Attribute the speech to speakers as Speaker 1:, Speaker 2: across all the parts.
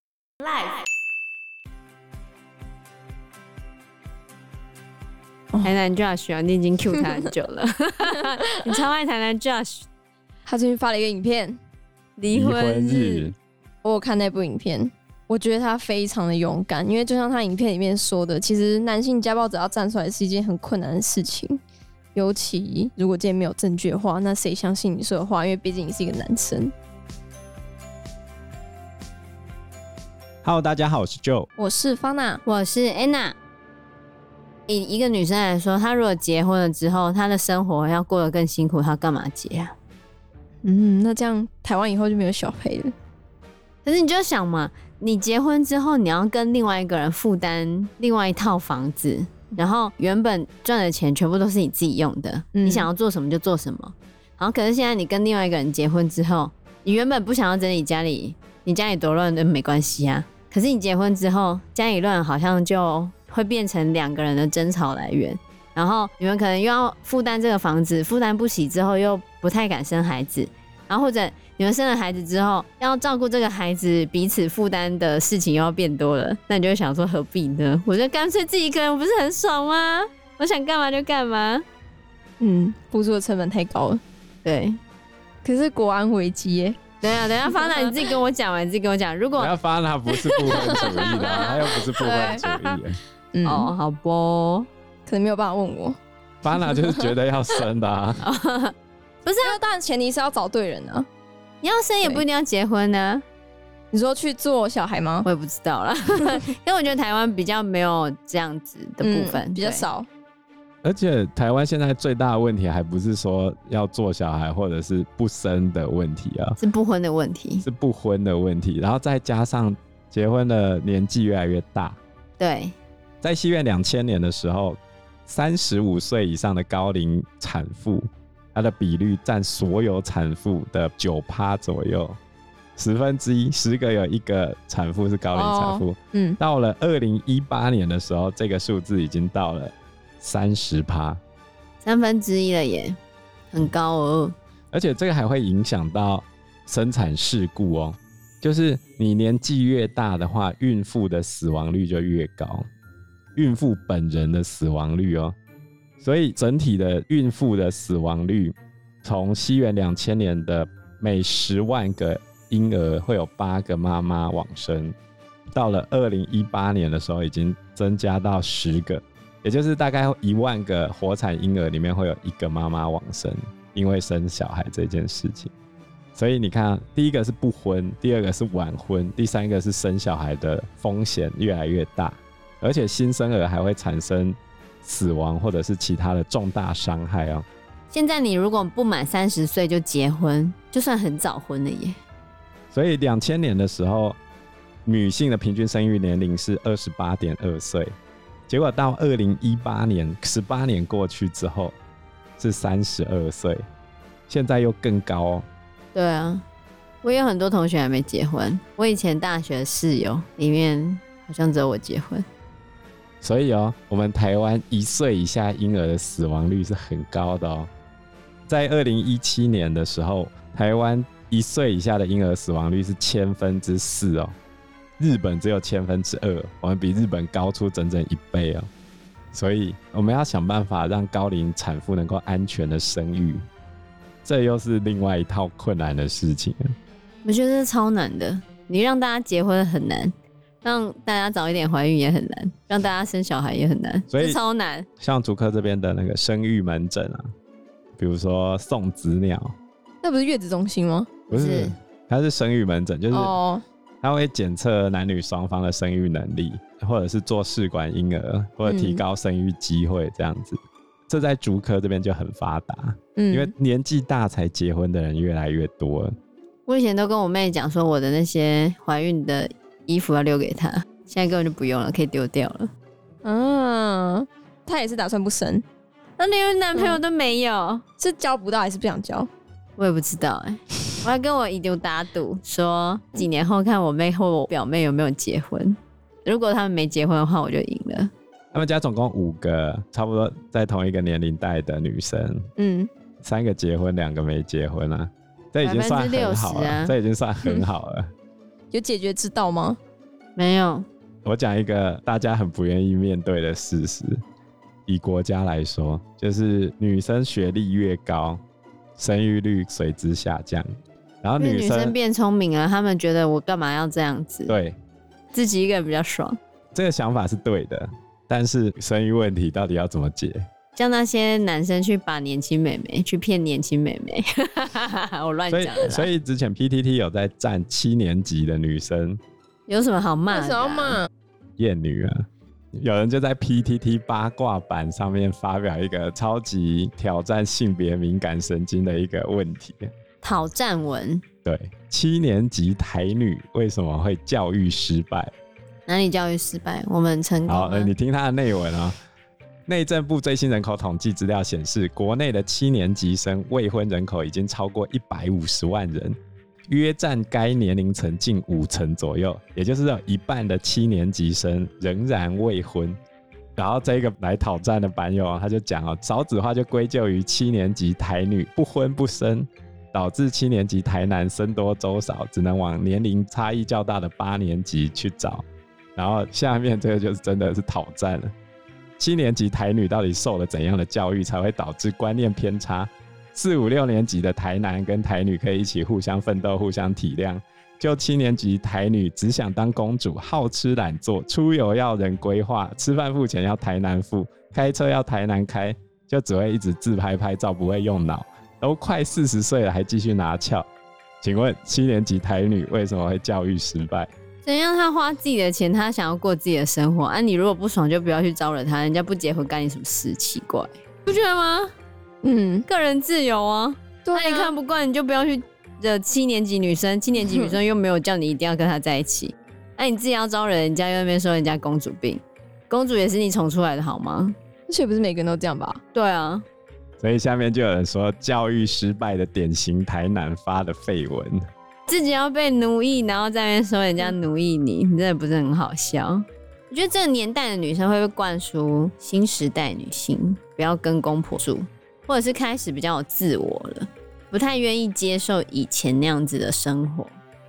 Speaker 1: 台南 Josh 啊，你已经 Q 他很久了， 你超爱台南 Josh
Speaker 2: 他最近发了一个影片，
Speaker 1: 离婚日，
Speaker 2: 我有看那部影片，我觉得他非常的勇敢，因为就像他影片里面说的，其实男性家暴者要站出来是一件很困难的事情，尤其如果今天没有证据的话，那谁相信你说的话？因为毕竟你是一个男生。
Speaker 3: Hello，大家好，我是 Joe。
Speaker 2: 我是方娜，
Speaker 4: 我是 Anna。以一个女生来说，她如果结婚了之后，她的生活要过得更辛苦，她干嘛结啊？
Speaker 2: 嗯，那这样台湾以后就没有小黑了。
Speaker 4: 可是你就想嘛，你结婚之后，你要跟另外一个人负担另外一套房子，然后原本赚的钱全部都是你自己用的，
Speaker 2: 嗯
Speaker 4: 你想要做什么就做什么。然后可是现在你跟另外一个人结婚之后，你原本不想要整理家里，你家里多乱都没关系啊。可是你结婚之后，家里乱好像就会变成两个人的争吵来源。然后你们可能又要负担这个房子，负担不起之后又不太敢生孩子，然后或者你们生了孩子之后，要照顾这个孩子，彼此负担的事情又要变多了，那你就会想说何必呢？我就干脆自己一个人，不是很爽吗？我想干嘛就干嘛。
Speaker 2: 嗯，付出的成本太高了。
Speaker 4: 对，
Speaker 2: 可是国安危机耶，
Speaker 4: 等一下等一下，方娜你自己跟我讲完，你自己跟我讲。如果
Speaker 3: 不要发他不是不婚主义的啊，他又不是不婚主义的，
Speaker 2: 嗯，
Speaker 4: 哦，好不，
Speaker 2: 可能没有办法问我。
Speaker 3: 发那就是觉得要生的啊。
Speaker 4: 啊
Speaker 2: 那当然前提是要找对人啊。
Speaker 4: 你要生也不一定要结婚呢、
Speaker 2: 你说去做小孩吗？
Speaker 4: 我也不知道啦。 因为我觉得台湾比较没有这样子的部分，
Speaker 2: 嗯比较
Speaker 4: 对。
Speaker 2: 少。
Speaker 3: 而且台湾现在最大的问题还不是说要做小孩或者是不生的问题啊，
Speaker 4: 是不婚的问题，
Speaker 3: 是不婚的问题，然后再加上结婚的年纪越来越大，
Speaker 4: 对，
Speaker 3: 在西元两千年的时候，三十五岁以上的高龄产妇，它的比率占所有产妇的九趴左右，十分之一，十个有一个产妇是高龄产妇。
Speaker 2: 嗯，
Speaker 3: 到了二零一八年的时候，这个数字已经到了三十趴，
Speaker 4: 三分之一了耶，很高哦。
Speaker 3: 而且这个还会影响到生产事故哦。就是你年纪越大的话，孕妇的死亡率就越高，孕妇本人的死亡率哦。所以整体的孕妇的死亡率，从西元两千年的每十万个婴儿会有八个妈妈往生，到了二零一八年的时候已经增加到十个，也就是大概一万个活产婴儿里面会有一个妈妈往生，因为生小孩这件事情。所以你看啊，第一个是不婚，第二个是晚婚，第三个是生小孩的风险越来越大，而且新生儿还会产生死亡或者是其他的重大伤害哦。
Speaker 4: 现在你如果不满三十岁就结婚，就算很早婚了耶。
Speaker 3: 所以两千年的时候，女性的平均生育年龄是二十八点二岁，结果到二零一八年，十八年过去之后是三十二岁，现在又更高哦。
Speaker 4: 对啊，我有很多同学还没结婚。我以前大学室友里面好像只有我结婚。
Speaker 3: 所以哦，我们台湾一岁以下婴儿的死亡率是很高的哦。在二零一七年的时候，台湾一岁以下的婴儿死亡率是千分之四哦，日本只有千分之二，哦我们比日本高出整整一倍哦。所以我们要想办法让高龄产妇能够安全的生育，这又是另外一套困难的事情了。
Speaker 4: 我觉得这超难的，你让大家结婚很难，让大家早一点怀孕也很难，让大家生小孩也很难，
Speaker 3: 所以
Speaker 4: 这超难。
Speaker 3: 像竹科这边的那个生育门诊啊，比如说送子鸟，
Speaker 2: 那不是月子中心吗？
Speaker 3: 不是
Speaker 4: 是，
Speaker 3: 它是生育门诊，就是
Speaker 2: 哦，
Speaker 3: 它会检测男女双方的生育能力，或者是做试管婴儿，或者提高生育机会这样子。这在竹科这边就很发达，
Speaker 2: 嗯，
Speaker 3: 因为年纪大才结婚的人越来越多了。
Speaker 4: 我以前都跟我妹讲说，我的那些怀孕的衣服要留给她，现在根本就不用了，可以丢掉了。
Speaker 2: 嗯，他也是打算不生，
Speaker 4: 那连男朋友
Speaker 3: 嗯
Speaker 4: 都没有，
Speaker 2: 是交不到还是不想交？
Speaker 4: 我也不知道 哎、我还跟我姨丢打赌，说几年后看我妹或我表妹有没有结婚。如果他们没结婚的话，我就赢了。
Speaker 3: 他们家总共五个，差不多在同一个年龄带的女生，
Speaker 2: 嗯，
Speaker 3: 三个结婚，两个没结婚啊，这已经算很好
Speaker 4: 60%
Speaker 3: 了，
Speaker 4: 啊
Speaker 3: 这已经算很好了。
Speaker 2: 有解决之道吗？
Speaker 4: 没有，
Speaker 3: 我讲一个大家很不愿意面对的事实：以国家来说，就是女生学历越高，生育率随之下降，然后
Speaker 4: 因为
Speaker 3: 女
Speaker 4: 女
Speaker 3: 生
Speaker 4: 生变聪明了，他们觉得我干嘛要这样子，
Speaker 3: 对
Speaker 4: 自己一个人比较爽。
Speaker 3: 这个想法是对的，但是生育问题到底要怎么解？
Speaker 4: 叫那些男生去把年轻美眉去骗年轻美眉， 我乱
Speaker 3: 所
Speaker 4: 讲
Speaker 3: 以
Speaker 4: 的，
Speaker 3: 所
Speaker 4: 啦。
Speaker 3: 以之前 PTT 有在站七年级的女生
Speaker 4: 有什么好
Speaker 2: 为
Speaker 4: 骂
Speaker 2: 什
Speaker 4: 的
Speaker 2: 么
Speaker 4: 啊、
Speaker 2: 要骂？
Speaker 3: 厌女啊，有人就在 PTT 八卦版上面发表一个超级挑战性别敏感神经的一个问题。
Speaker 4: 讨战文
Speaker 3: 对，七年级台女为什么会教育失败？
Speaker 4: 哪里教育失败？我们成功
Speaker 3: 好，
Speaker 4: 了
Speaker 3: 呃，你听它的内文啊。内政部最新人口统计资料显示，国内的七年级生未婚人口已经超过一百五十万人，约占该年龄层近五成左右。也就是有一半的七年级生仍然未婚。然后这个来讨战的版友啊他就讲哦，少子化就归咎于七年级台女不婚不生，导致七年级台男生多粥少，只能往年龄差异较大的八年级去找。然后下面这个就是真的是讨战了。七年级台女到底受了怎样的教育，才会导致观念偏差？四五六年级的台男跟台女可以一起互相奋斗、互相体谅。就七年级台女只想当公主，好吃懒做，出游要人规划，吃饭付钱要台南付，开车要台南开，就只会一直自拍拍照，不会用脑。都快四十岁了，还继续拿翘。请问七年级台女为什么会教育失败？
Speaker 4: 怎样？他花自己的钱，他想要过自己的生活。啊，你如果不爽，就不要去招惹他。人家不结婚干你什么事？奇怪，不觉得吗？
Speaker 2: 嗯，
Speaker 4: 个人自由啊。
Speaker 2: 对
Speaker 4: 那你看不惯，你就不要去惹七年级女生。七年级女 生又没有叫你一定要跟她在一起，那、你自己要招惹人家，又在那边说人家公主病，公主也是你宠出来的好吗？
Speaker 2: 而且不是每个人都这样吧？
Speaker 4: 对啊，
Speaker 3: 所以下面就有人说，教育失败的典型台南发的绯 闻。
Speaker 4: 自己要被奴役，然后在那边说人家奴役你，你真的不是很好笑。我觉得这个年代的女生会被灌输新时代女性不要跟公婆住，或者是开始比较有自我了，不太愿意接受以前那样子的生活。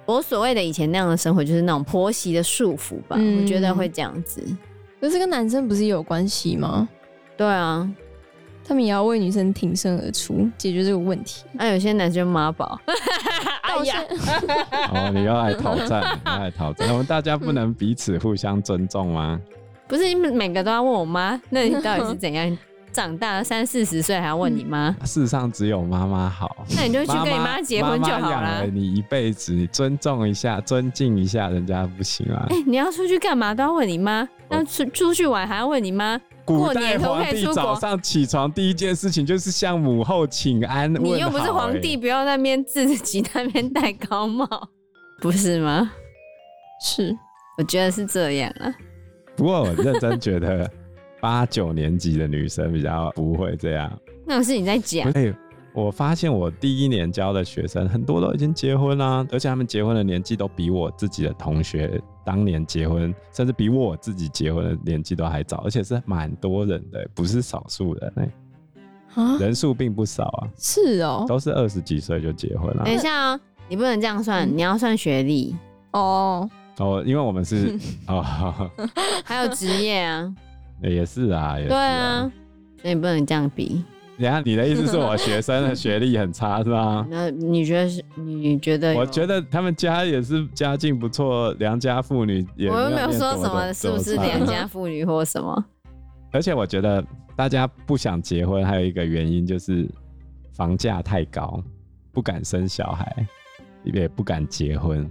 Speaker 4: 我所谓的以前那样的生活，就是那种婆媳的束缚吧。
Speaker 2: 嗯
Speaker 4: 我觉得会这样子。
Speaker 2: 可是跟男生不是也有关系吗？
Speaker 4: 对啊，
Speaker 2: 他们也要为女生挺身而出，解决这个问题。
Speaker 4: 那、有些男生妈宝，
Speaker 2: 哎呀，
Speaker 3: 哦，你又来挑 战，你又来挑战，我们大家不能彼此互相尊重吗？
Speaker 4: 不是你们每个都要问我妈，那你到底是怎样？长大三四十岁还要问你妈？
Speaker 3: 世上只有妈妈好，
Speaker 4: 那你就去
Speaker 3: 妈
Speaker 4: 跟你妈结婚就好
Speaker 3: 妈妈养
Speaker 4: 啦
Speaker 3: 了。你一辈子，你尊重一下，尊敬一下人家不行啊
Speaker 4: 哎、。你要出去干嘛都要问你
Speaker 3: 哦
Speaker 4: 妈，要出出去玩还要问你妈，
Speaker 3: 古
Speaker 4: 过
Speaker 3: 代
Speaker 4: 年可不
Speaker 3: 皇
Speaker 4: 可以出
Speaker 3: 帝
Speaker 4: 国
Speaker 3: 早上起床第一件事情就是向母后请安问好、
Speaker 4: 你又不是皇帝，
Speaker 3: 哎，
Speaker 4: 不要那边自己那边戴高帽，不是吗？
Speaker 2: 是
Speaker 4: 我觉得是这样啊。
Speaker 3: 哎不过我认真觉得八九年级的女生比较不会这样。
Speaker 4: 那种事你在讲，
Speaker 3: 哎、我发现我第一年教的学生很多都已经结婚啦、而且他们结婚的年纪都比我自己的同学当年结婚，甚至比我自己结婚的年纪都还早，而且是蛮多人的、不是少数人、
Speaker 4: 嗯
Speaker 3: 哎，
Speaker 2: 啊，
Speaker 3: 人数并不少啊，
Speaker 2: 是哦，
Speaker 3: 都是二十几岁就结婚了、
Speaker 4: 等一下啊、你不能这样算，
Speaker 2: 嗯
Speaker 4: 你要算学历，
Speaker 2: 哦，
Speaker 3: 哦，因为我们是
Speaker 4: 嗯
Speaker 3: 哦，
Speaker 4: 还有职业啊，
Speaker 3: 也是啊， 也是
Speaker 4: 对啊，，所以你不能这样比。
Speaker 3: 等一下你的意思是我学生的学历很差 是吗？
Speaker 4: 那你觉得是？你你觉得有？
Speaker 3: 我觉得他们家也是家境不错，良家妇女也
Speaker 4: 我又没有
Speaker 3: 念
Speaker 4: 说
Speaker 3: 多
Speaker 4: 什么，
Speaker 3: 多
Speaker 4: 是不是
Speaker 3: 多差啊
Speaker 4: 良家妇女或什么？
Speaker 3: 而且我觉得大家不想结婚，还有一个原因就是房价太高，不敢生小孩，也不敢结婚。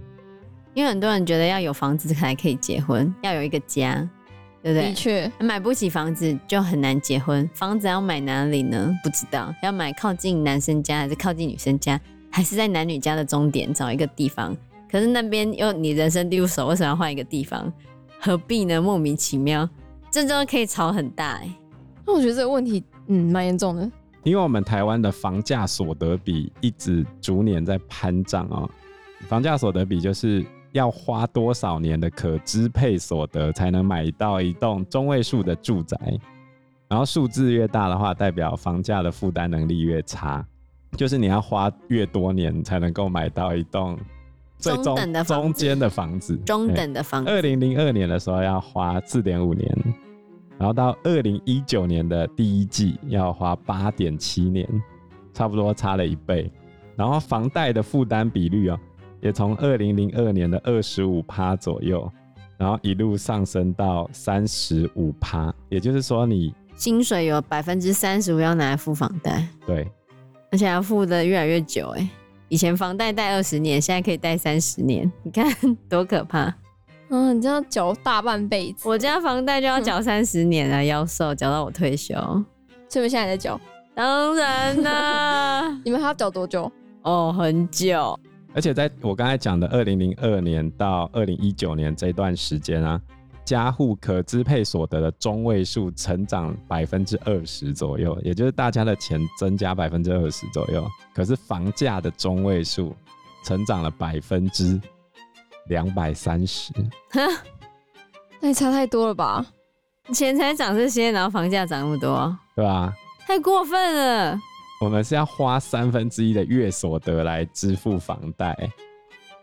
Speaker 4: 因为很多人觉得要有房子才可以结婚，要有一个家，对不
Speaker 2: 的
Speaker 4: 对？
Speaker 2: 确，
Speaker 4: 买不起房子就很难结婚，房子要买哪里呢？不知道，要买靠近男生家，还是靠近女生家，还是在男女家的终点找一个地方？可是那边又你人生地不熟，为什么要换一个地方？何必呢？莫名其妙，这真的可以吵很大哎、
Speaker 2: 那我觉得这个问题，嗯，蛮严重的。
Speaker 3: 因为我们台湾的房价所得比一直逐年在攀涨哦，房价所得比就是要花多少年的可支配所得才能买到一栋中位数的住宅，然后数字越大的话，代表房价的负担能力越差，就是你要花越多年才能够买到一栋最
Speaker 4: 中等的房
Speaker 3: 中
Speaker 4: 子
Speaker 3: 间的房子，
Speaker 4: 中等的房子，
Speaker 3: 二零零二年的时候要花四点五年，然后到二零一九年的第一季要花八点七年，差不多差了一倍。然后房贷的负担比率哦，也从二零零二年的二十五趴左右，然后一路上升到三十五趴。也就是说你，
Speaker 4: 薪水有百分之三十五要拿来付房贷，
Speaker 3: 对
Speaker 4: 而且要付的越来越久、哎，以前房贷贷二十年，现在可以贷三十年，你看 多可怕！
Speaker 2: 嗯，你这样缴大半辈子，
Speaker 4: 我家房贷就要缴三十年了，妖兽缴到我退休，
Speaker 2: 所以我现在在缴。
Speaker 4: 当然啦，
Speaker 2: 你们还要缴多久？
Speaker 4: 哦，很久，
Speaker 3: 而且在我刚才讲的二零零二年到二零一九年这段时间啊，家户可支配所得的中位数成长百分之二十左右，也就是大家的钱增加百分之二十左右，可是房价的中位数成长了百分之两百三十。
Speaker 2: 那也差太多了吧？
Speaker 4: 钱才涨这些，然后房价涨那么多，
Speaker 3: 对吧、
Speaker 4: 太过分了。
Speaker 3: 我们是要花三分之一的月所得来支付房贷，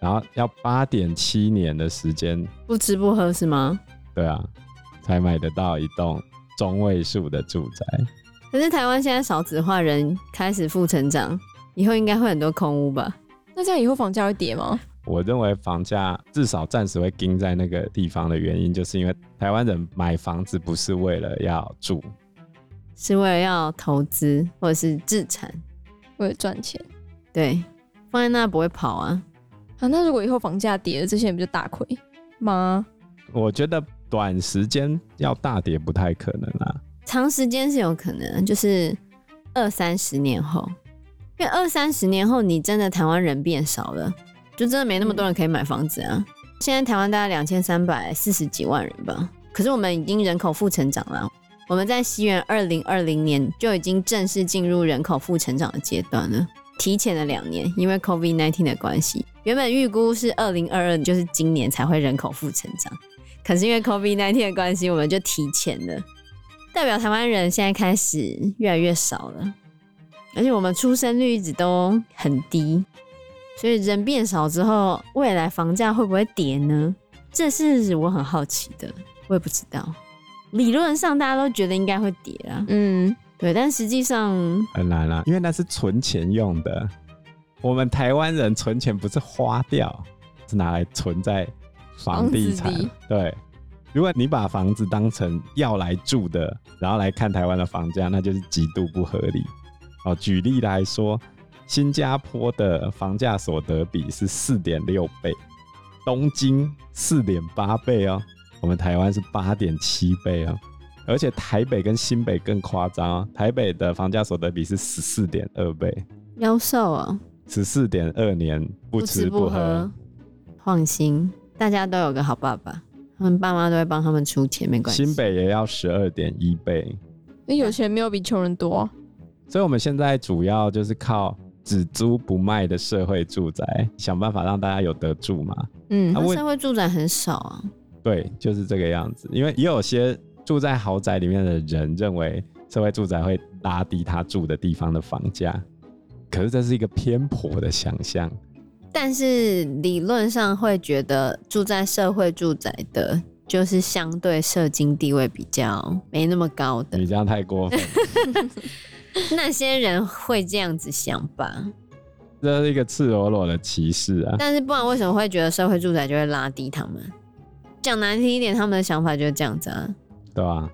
Speaker 3: 然后要八点七年的时间
Speaker 4: 不吃不喝是吗？
Speaker 3: 对啊，才买得到一栋中位数的住宅。
Speaker 4: 可是台湾现在少子化，人开始负成长，以后应该会很多空屋吧？
Speaker 2: 那这样以后房价会跌吗？
Speaker 3: 我认为房价至少暂时会盯在那个地方的原因，就是因为台湾人买房子不是为了要住，
Speaker 4: 是为了要投资或者是自产，
Speaker 2: 为了赚钱
Speaker 4: 对，放在那不会跑啊。
Speaker 2: 啊？那如果以后房价跌了，这些人不就大亏吗？
Speaker 3: 我觉得短时间要大跌不太可能啊。
Speaker 4: 长时间是有可能，就是二三十年后，因为二三十年后你真的台湾人变少了，就真的没那么多人可以买房子啊。现在台湾大概两千三百四十几万人吧，可是我们已经人口负成长了。我们在西元二零二零年就已经正式进入人口负成长的阶段了，提前了两年，因为 COVID 1 9的关系。原本预估是二零二二，就是今年才会人口负成长，可是因为 COVID 1 9的关系，我们就提前了。代表台湾人现在开始越来越少了，而且我们出生率一直都很低，所以人变少之后，未来房价会不会跌呢？这是我很好奇的，我也不知道。理论上大家都觉得应该会跌啦，
Speaker 2: 嗯，
Speaker 4: 对，但实际上
Speaker 3: 很难啦，因为那是存钱用的。我们台湾人存钱不是花掉，是拿来存在房地产
Speaker 2: 房子里。
Speaker 3: 对，如果你把房子当成要来住的，然后来看台湾的房价，那就是极度不合理。哦，举例来说，新加坡的房价所得比是四点六倍，东京四点八倍哦，我们台湾是八点七倍哦。而且台北跟新北更夸张哦，台北的房价所得比是十四点二倍，
Speaker 4: 妖兽啊，
Speaker 3: 十四点二年不吃不喝。，
Speaker 4: 放心，大家都有个好爸爸，他们爸妈都会帮他们出钱，没关系。
Speaker 3: 新北也要十二点一倍，
Speaker 2: 那有钱人没有比穷人多啊、
Speaker 3: 所以我们现在主要就是靠只租不卖的社会住宅，想办法让大家有得住嘛。
Speaker 2: 嗯
Speaker 3: 啊，
Speaker 4: 那
Speaker 3: 我
Speaker 4: 社会住宅很少啊，
Speaker 3: 对，就是这个样子。因为也有些住在豪宅里面的人认为社会住宅会拉低他住的地方的房价，可是这是一个偏颇的想象。
Speaker 4: 但是理论上会觉得住在社会住宅的，就是相对社经地位比较没那么高的
Speaker 3: 你这样太过分了。
Speaker 4: 那些人会这样子想吧。
Speaker 3: 这是一个赤裸裸的歧视啊！
Speaker 4: 但是不然为什么会觉得社会住宅就会拉低他们？讲难听一点，他们的想法就是这样子啊。
Speaker 3: 对吧、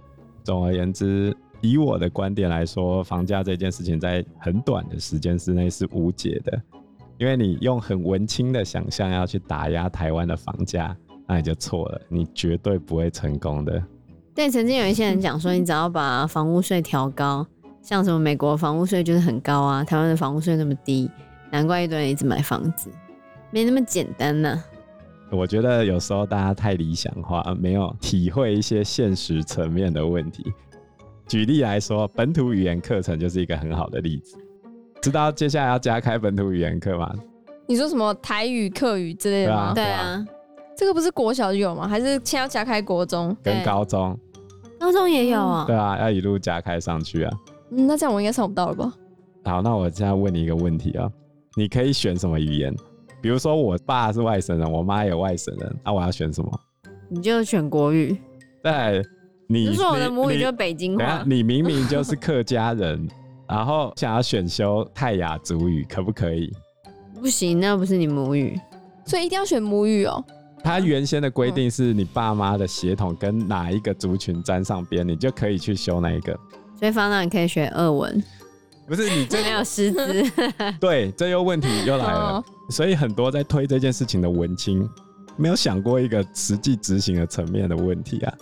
Speaker 3: 总而言之，以我的观点来说，房价这件事情在很短的时间之内是无解的，因为你用很文青的想象要去打压台湾的房价，那你就错了，你绝对不会成功的。
Speaker 4: 对，曾经有一些人讲说，你只要把房屋税调高，像什么美国房屋税就是很高啊，台湾的房屋税那么低，难怪一堆人一直买房子，没那么简单呐、
Speaker 3: 我觉得有时候大家太理想化，没有体会一些现实层面的问题。举例来说，本土语言课程就是一个很好的例子。知道接下来要加开本土语言课吗？
Speaker 2: 你说什么台语、客语之类的吗？
Speaker 3: 对
Speaker 4: 对
Speaker 3: 啊
Speaker 4: 啊，
Speaker 2: 这个不是国小就有吗？还是现在要加开国中？
Speaker 3: 跟
Speaker 4: 对
Speaker 3: 高中，
Speaker 4: 高中也有啊、
Speaker 3: 对啊，要一路加开上去啊。
Speaker 2: 嗯，那这样我应该上不到了吧？
Speaker 3: 好，那我现在问你一个问题啊，你可以选什么语言？比如说我爸是外省人，我妈也外省人，那、我要选什么？
Speaker 4: 你就选国语，
Speaker 3: 对，
Speaker 4: 就
Speaker 3: 你
Speaker 4: 是我的
Speaker 3: 你
Speaker 4: 母语
Speaker 3: 你
Speaker 4: 就是北京
Speaker 3: 等一下
Speaker 4: 话，
Speaker 3: 你明明就是客家人，然后想要选修泰雅族语，可不可以？
Speaker 4: 不行，那不是你母语。
Speaker 2: 所以一定要选母语哦。
Speaker 3: 他原先的规
Speaker 4: 嗯
Speaker 3: 定是你爸妈的血统跟哪一个族群沾上边，你就可以去修那一个。
Speaker 4: 所以方丈你可以学俄文，
Speaker 3: 不是 你这
Speaker 4: 没有师资，
Speaker 3: 对，这又问题又来了。
Speaker 2: 哦
Speaker 3: 所以很多在推这件事情的文青，没有想过一个实际执行的层面的问题啊。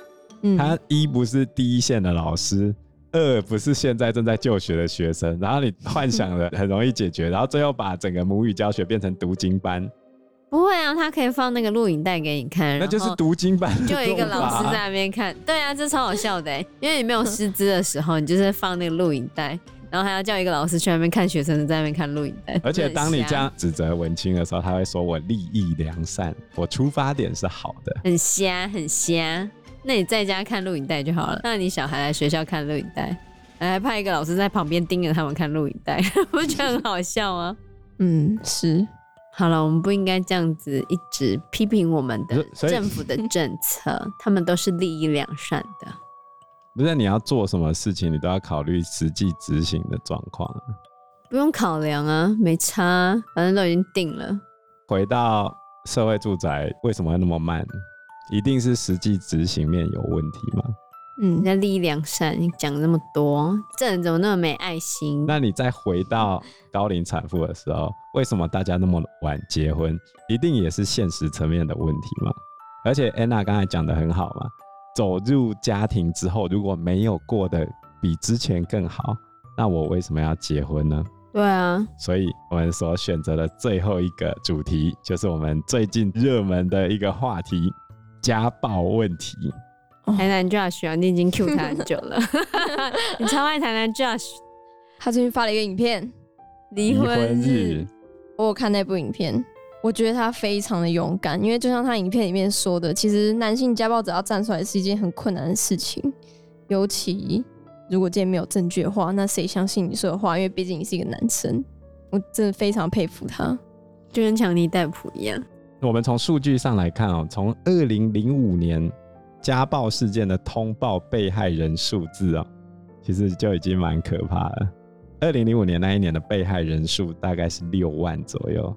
Speaker 2: 嗯
Speaker 3: 他一不是第一线的老师，二不是现在正在就学的学生，然后你幻想的很容易解决，然后最后把整个母语教学变成读经班，
Speaker 4: 不会啊，他可以放那个录影带给你看，
Speaker 3: 那就是
Speaker 4: 然后
Speaker 3: 读经班的
Speaker 4: 就有一个
Speaker 3: 做
Speaker 4: 老
Speaker 3: 法
Speaker 4: 师在那边看，对啊，这超好笑的欸，因为你没有师资的时候，你就是放那个录影带，然后还要叫一个老师去那边看学生在那边看录影带，
Speaker 3: 而且当你
Speaker 4: 很瞎
Speaker 3: 这样指责文青的时候，他会说我利益良善，我出发点是好的。
Speaker 4: 很瞎很瞎，那你在家看录影带就好了，让你小孩来学校看录影带，还派一个老师在旁边盯着他们看录影带， 不觉得很好笑吗？
Speaker 2: 嗯是，
Speaker 4: 好了，我们不应该这样子一直批评我们的
Speaker 3: 所以
Speaker 4: 政府的政策，他们都是利益良善的。
Speaker 3: 不是你要做什么事情，你都要考虑实际执行的状况啊。
Speaker 4: 不用考量啊，没差啊、反正都已经定了。
Speaker 3: 回到社会住宅为什么会那么慢？一定是实际执行面有问题嘛？
Speaker 2: 嗯
Speaker 4: 人家利益良善，你讲那么多，这人怎么那么没爱心？
Speaker 3: 那你再回到高龄产妇的时候，为什么大家那么晚结婚？一定也是现实层面的问题嘛。而且安娜刚才讲的很好嘛，走入家庭之后，如果没有过得比之前更好，那我为什么要结婚呢？
Speaker 4: 对啊，
Speaker 3: 所以我们所选择的最后一个主题，就是我们最近热门的一个话题——家暴问题。
Speaker 1: 台南 Josh 啊，你已经 Q 他很久了，你超爱台南 Josh，
Speaker 2: 他最近发了一个影片，
Speaker 4: 离婚日，
Speaker 2: 我有看那部影片，我觉得他非常的勇敢，因为就像他影片里面说的，其实男性家暴者要站出来是一件很困难的事情，尤其如果今天没有证据的话，那谁相信你说的话？因为毕竟你是一个男生，我真的非常佩服他。
Speaker 4: 就跟强尼戴普一样，
Speaker 3: 我们从数据上来看哦，从二零零五年家暴事件的通报被害人数字哦，其实就已经蛮可怕了。二零零五年那一年的被害人数大概是六万左右，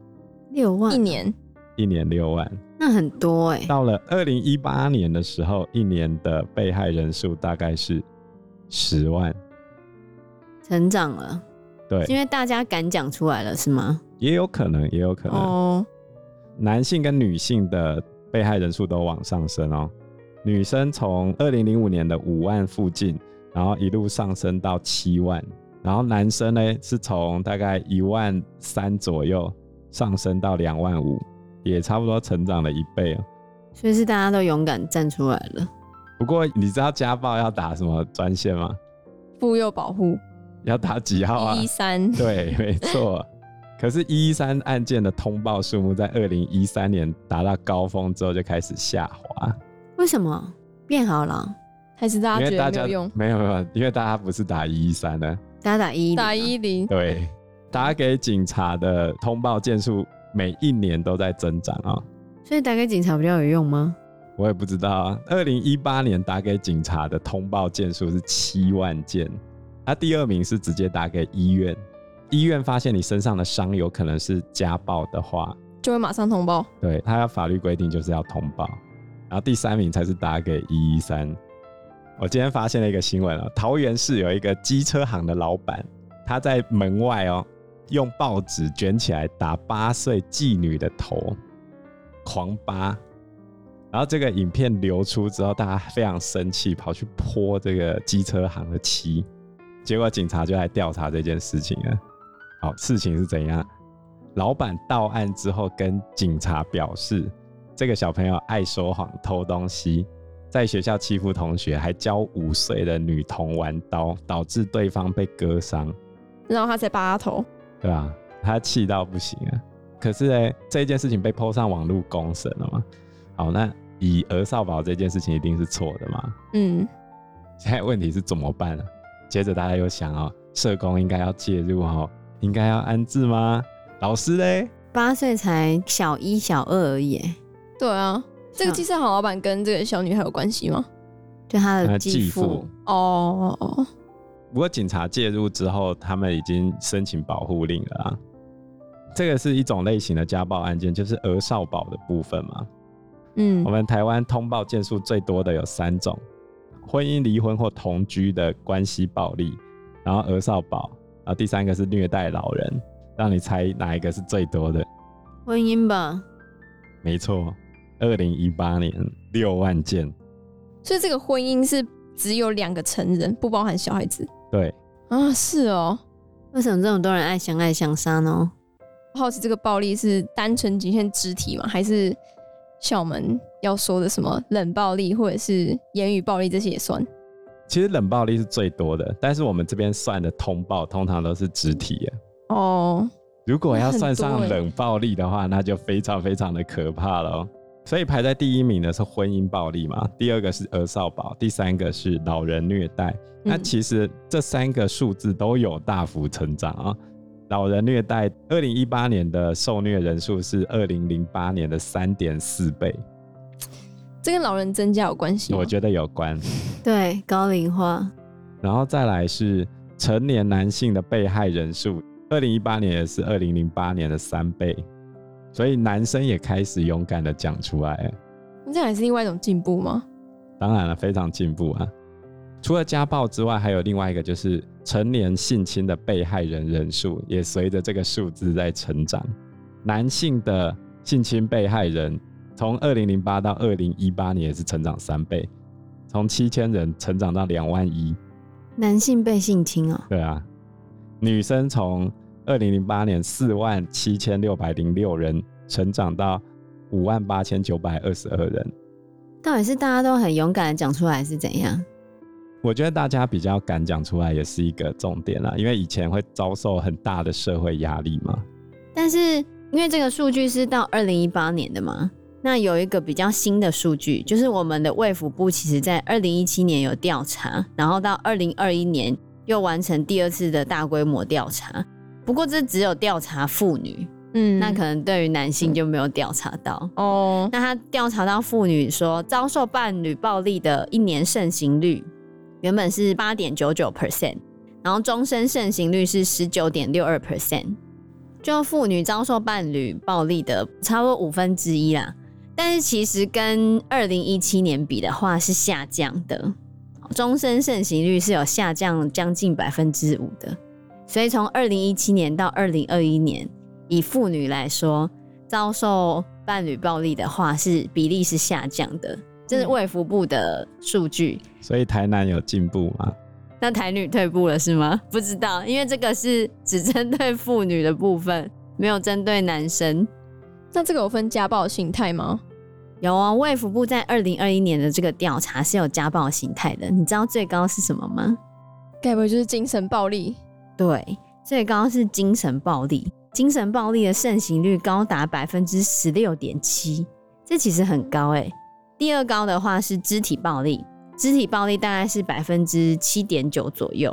Speaker 4: 六
Speaker 2: 一
Speaker 4: 万，
Speaker 2: 年，
Speaker 3: 一年六万。
Speaker 4: 那很多哎、
Speaker 3: 到了二零一八年的时候，一年的被害人数大概是十万。
Speaker 4: 成长了，
Speaker 3: 对
Speaker 4: 是，因为大家敢讲出来了是吗？
Speaker 3: 也有可能，也有可能，
Speaker 2: 哦，
Speaker 3: 男性跟女性的被害人数都往上升哦。女生从二零零五年的五万附近，然后一路上升到七万，然后男生呢是从大概一万三左右上升到两万五，也差不多成长了一倍哦。
Speaker 4: 所以是大家都勇敢站出来了。
Speaker 3: 不过你知道家暴要打什么专线吗？
Speaker 2: 妇幼保护
Speaker 3: 要打几号啊？
Speaker 2: 一一三，
Speaker 3: 对，没错。可是，一三案件的通报数目在二零一三年达到高峰之后就开始下滑，
Speaker 4: 为什么变好了？
Speaker 2: 还是大家
Speaker 3: 因为
Speaker 2: 觉得
Speaker 3: 大
Speaker 2: 没
Speaker 3: 家
Speaker 2: 有用？
Speaker 3: 没有没有，因为大家不是打一一三的，
Speaker 4: 大家打一一零啊
Speaker 2: 打一零，
Speaker 3: 对，打给警察的通报件数每一年都在增长啊、
Speaker 4: 所以打给警察比较有用吗？
Speaker 3: 我也不知道啊。二零一八年打给警察的通报件数是七万件，他第二名是直接打给医院，医院发现你身上的伤有可能是家暴的话，
Speaker 2: 就会马上通报。
Speaker 3: 对，他要法律规定就是要通报，然后第三名才是打给一一三。我今天发现了一个新闻啊，桃园市有一个机车行的老板，他在门外哦，用报纸卷起来打八岁妓女的头，狂扒。然后这个影片流出之后，大家非常生气，跑去泼这个机车行的漆，结果警察就来调查这件事情了。好，事情是怎样？老板到案之后跟警察表示，这个小朋友爱说谎、偷东西，在学校欺负同学，还教五岁的女童玩刀，导致对方被割伤，
Speaker 2: 然后他才拔他头，
Speaker 3: 对吧、他气到不行啊！可是呢，这件事情被抛上网络公审了嘛？好，那以儿少保这件事情一定是错的嘛？
Speaker 2: 嗯，
Speaker 3: 现在问题是怎么办呢、啊接着大家又想哦，社工应该要介入哦，应该要安置吗？老师嘞，
Speaker 4: 八岁才小一、小二而已，哎
Speaker 2: 对啊，这个
Speaker 4: 像
Speaker 2: 鸡翅好老板跟这个小女孩有关系吗？
Speaker 4: 就他
Speaker 3: 他
Speaker 4: 的
Speaker 3: 的
Speaker 4: 呃继
Speaker 3: 继
Speaker 4: 父
Speaker 3: 父。
Speaker 2: 哦哦哦，
Speaker 3: 不过警察介入之后，他们已经申请保护令了啊。这个是一种类型的家暴案件，就是儿少保的部分嘛。
Speaker 2: 嗯
Speaker 3: 我，们台湾通报件数最多的有三种：婚姻、离婚或同居的关系暴力，然后儿少保，然后第三个是虐待老人。让你猜哪一个是最多的？
Speaker 4: 婚姻吧，
Speaker 3: 没错，二零一八年六万件。
Speaker 2: 所以这个婚姻是只有两个成人，不包含小孩子
Speaker 3: 对，
Speaker 2: 啊？是哦，
Speaker 4: 为什么这么多人爱相爱相杀呢？
Speaker 2: 好奇这个暴力是单纯仅限肢体吗？还是像我们要说的什么冷暴力或者是言语暴力这些也算？
Speaker 3: 其实冷暴力是最多的，但是我们这边算的通报通常都是肢体耶。
Speaker 2: 哦，
Speaker 3: 如果要算
Speaker 2: 那
Speaker 3: 上
Speaker 2: 很多欸
Speaker 3: 冷暴力的话，那就非常非常的可怕了哦。所以排在第一名的是婚姻暴力嘛，第二个是儿少保，第三个是老人虐待。那
Speaker 2: 嗯
Speaker 3: 其实这三个数字都有大幅成长啊、老人虐待，二零一八年的受虐人数是二零零八年的三点四倍，
Speaker 2: 这跟老人增加有关系吗？
Speaker 3: 我觉得有啊关。
Speaker 4: 对，高龄化，
Speaker 3: 然后再来是成年男性的被害人数，二零一八年也是二零零八年的三倍，所以男生也开始勇敢的讲出来了。
Speaker 2: 那这样也是另外一种进步吗？
Speaker 3: 当然了，非常进步啊！除了家暴之外，还有另外一个就是成年性侵的被害人人数也随着这个数字在成长。男性的性侵被害人从二零零八到二零一八年也是成长三倍，从七千人成长到两万一。
Speaker 4: 男性被性侵哦，
Speaker 3: 对啊，女生从二零零八年四万七千六百零六人成长到五万八千九百二十二人。
Speaker 4: 到底是大家都很勇敢的讲出来是怎样？
Speaker 3: 我觉得大家比较敢讲出来，也是一个重点啦，因为以前会遭受很大的社会压力嘛。
Speaker 4: 但是因为这个数据是到二零一八年的嘛，那有一个比较新的数据，就是我们的卫福部其实在二零一七年有调查，然后到二零二一年又完成第二次的大规模调查。不过这只有调查妇女，
Speaker 2: 嗯，
Speaker 4: 那可能对于男性就没有调查到。
Speaker 2: 哦，
Speaker 4: 那他调查到妇女说遭受伴侣暴力的一年盛行率，原本是八点九九 percent，然后终身盛行率是十九点六二 percent，就妇女遭受伴侣暴力的差不多五分之一啦。但是其实跟二零一七年比的话是下降的，终身盛行率是有下降将近百分之五的。所以从二零一七年到二零二一年，以妇女来说，遭受伴侣暴力的话是比例是下降的，这是卫福部的数据。
Speaker 3: 所以台南有进步嘛？
Speaker 4: 那台女退步了是吗？不知道，因为这个是只针对妇女的部分，没有针对男生。
Speaker 2: 那这个有分家暴形态吗？
Speaker 4: 有啊，卫福部在二零二一年的这个调查是有家暴形态的，你知道最高是什么吗？
Speaker 2: 该不会就是精神暴力？
Speaker 4: 对，最高是精神暴力，精神暴力的盛行率高达百分之十六点七，这其实很高哎、第二高的话是肢体暴力，肢体暴力大概是百分之七点九左右。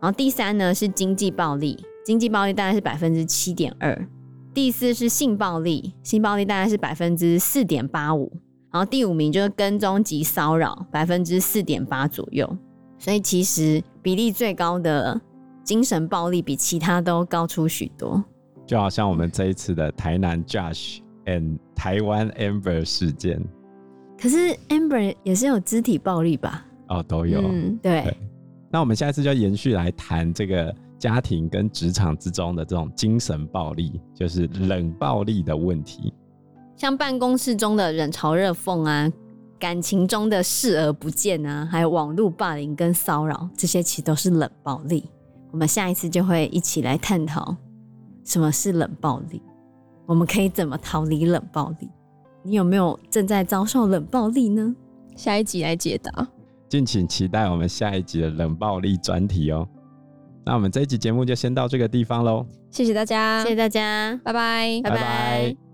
Speaker 4: 然后第三呢是经济暴力，经济暴力大概是百分之七点二。第四是性暴力，性暴力大概是百分之四点八五。然后第五名就是跟踪及骚扰，百分之四点八左右。所以其实比例最高的精神暴力比其他都高出许多。
Speaker 3: 就好像我们这一次的台南 Josh and 台湾 Amber 事件
Speaker 4: 可是 Amber 也是有肢体暴力吧？
Speaker 3: 哦，都有。
Speaker 2: 嗯，
Speaker 4: 对
Speaker 3: 对，那我们下一次就延续来谈这个家庭跟职场之中的这种精神暴力，就是冷暴力的问题。
Speaker 4: 像办公室中的冷嘲热讽啊，感情中的视而不见啊，还有网络霸凌跟骚扰，这些其实都是冷暴力。我们下一次就会一起来探讨什么是冷暴力，我们可以怎么逃离冷暴力？你有没有正在遭受冷暴力呢？
Speaker 2: 下一集来解答。
Speaker 3: 敬请期待我们下一集的冷暴力专题哦。那我们这一集节目就先到这个地方喽。
Speaker 2: 谢谢大家，
Speaker 4: 谢谢大家，
Speaker 2: 拜拜。
Speaker 4: 拜
Speaker 3: 拜
Speaker 4: 拜
Speaker 3: 拜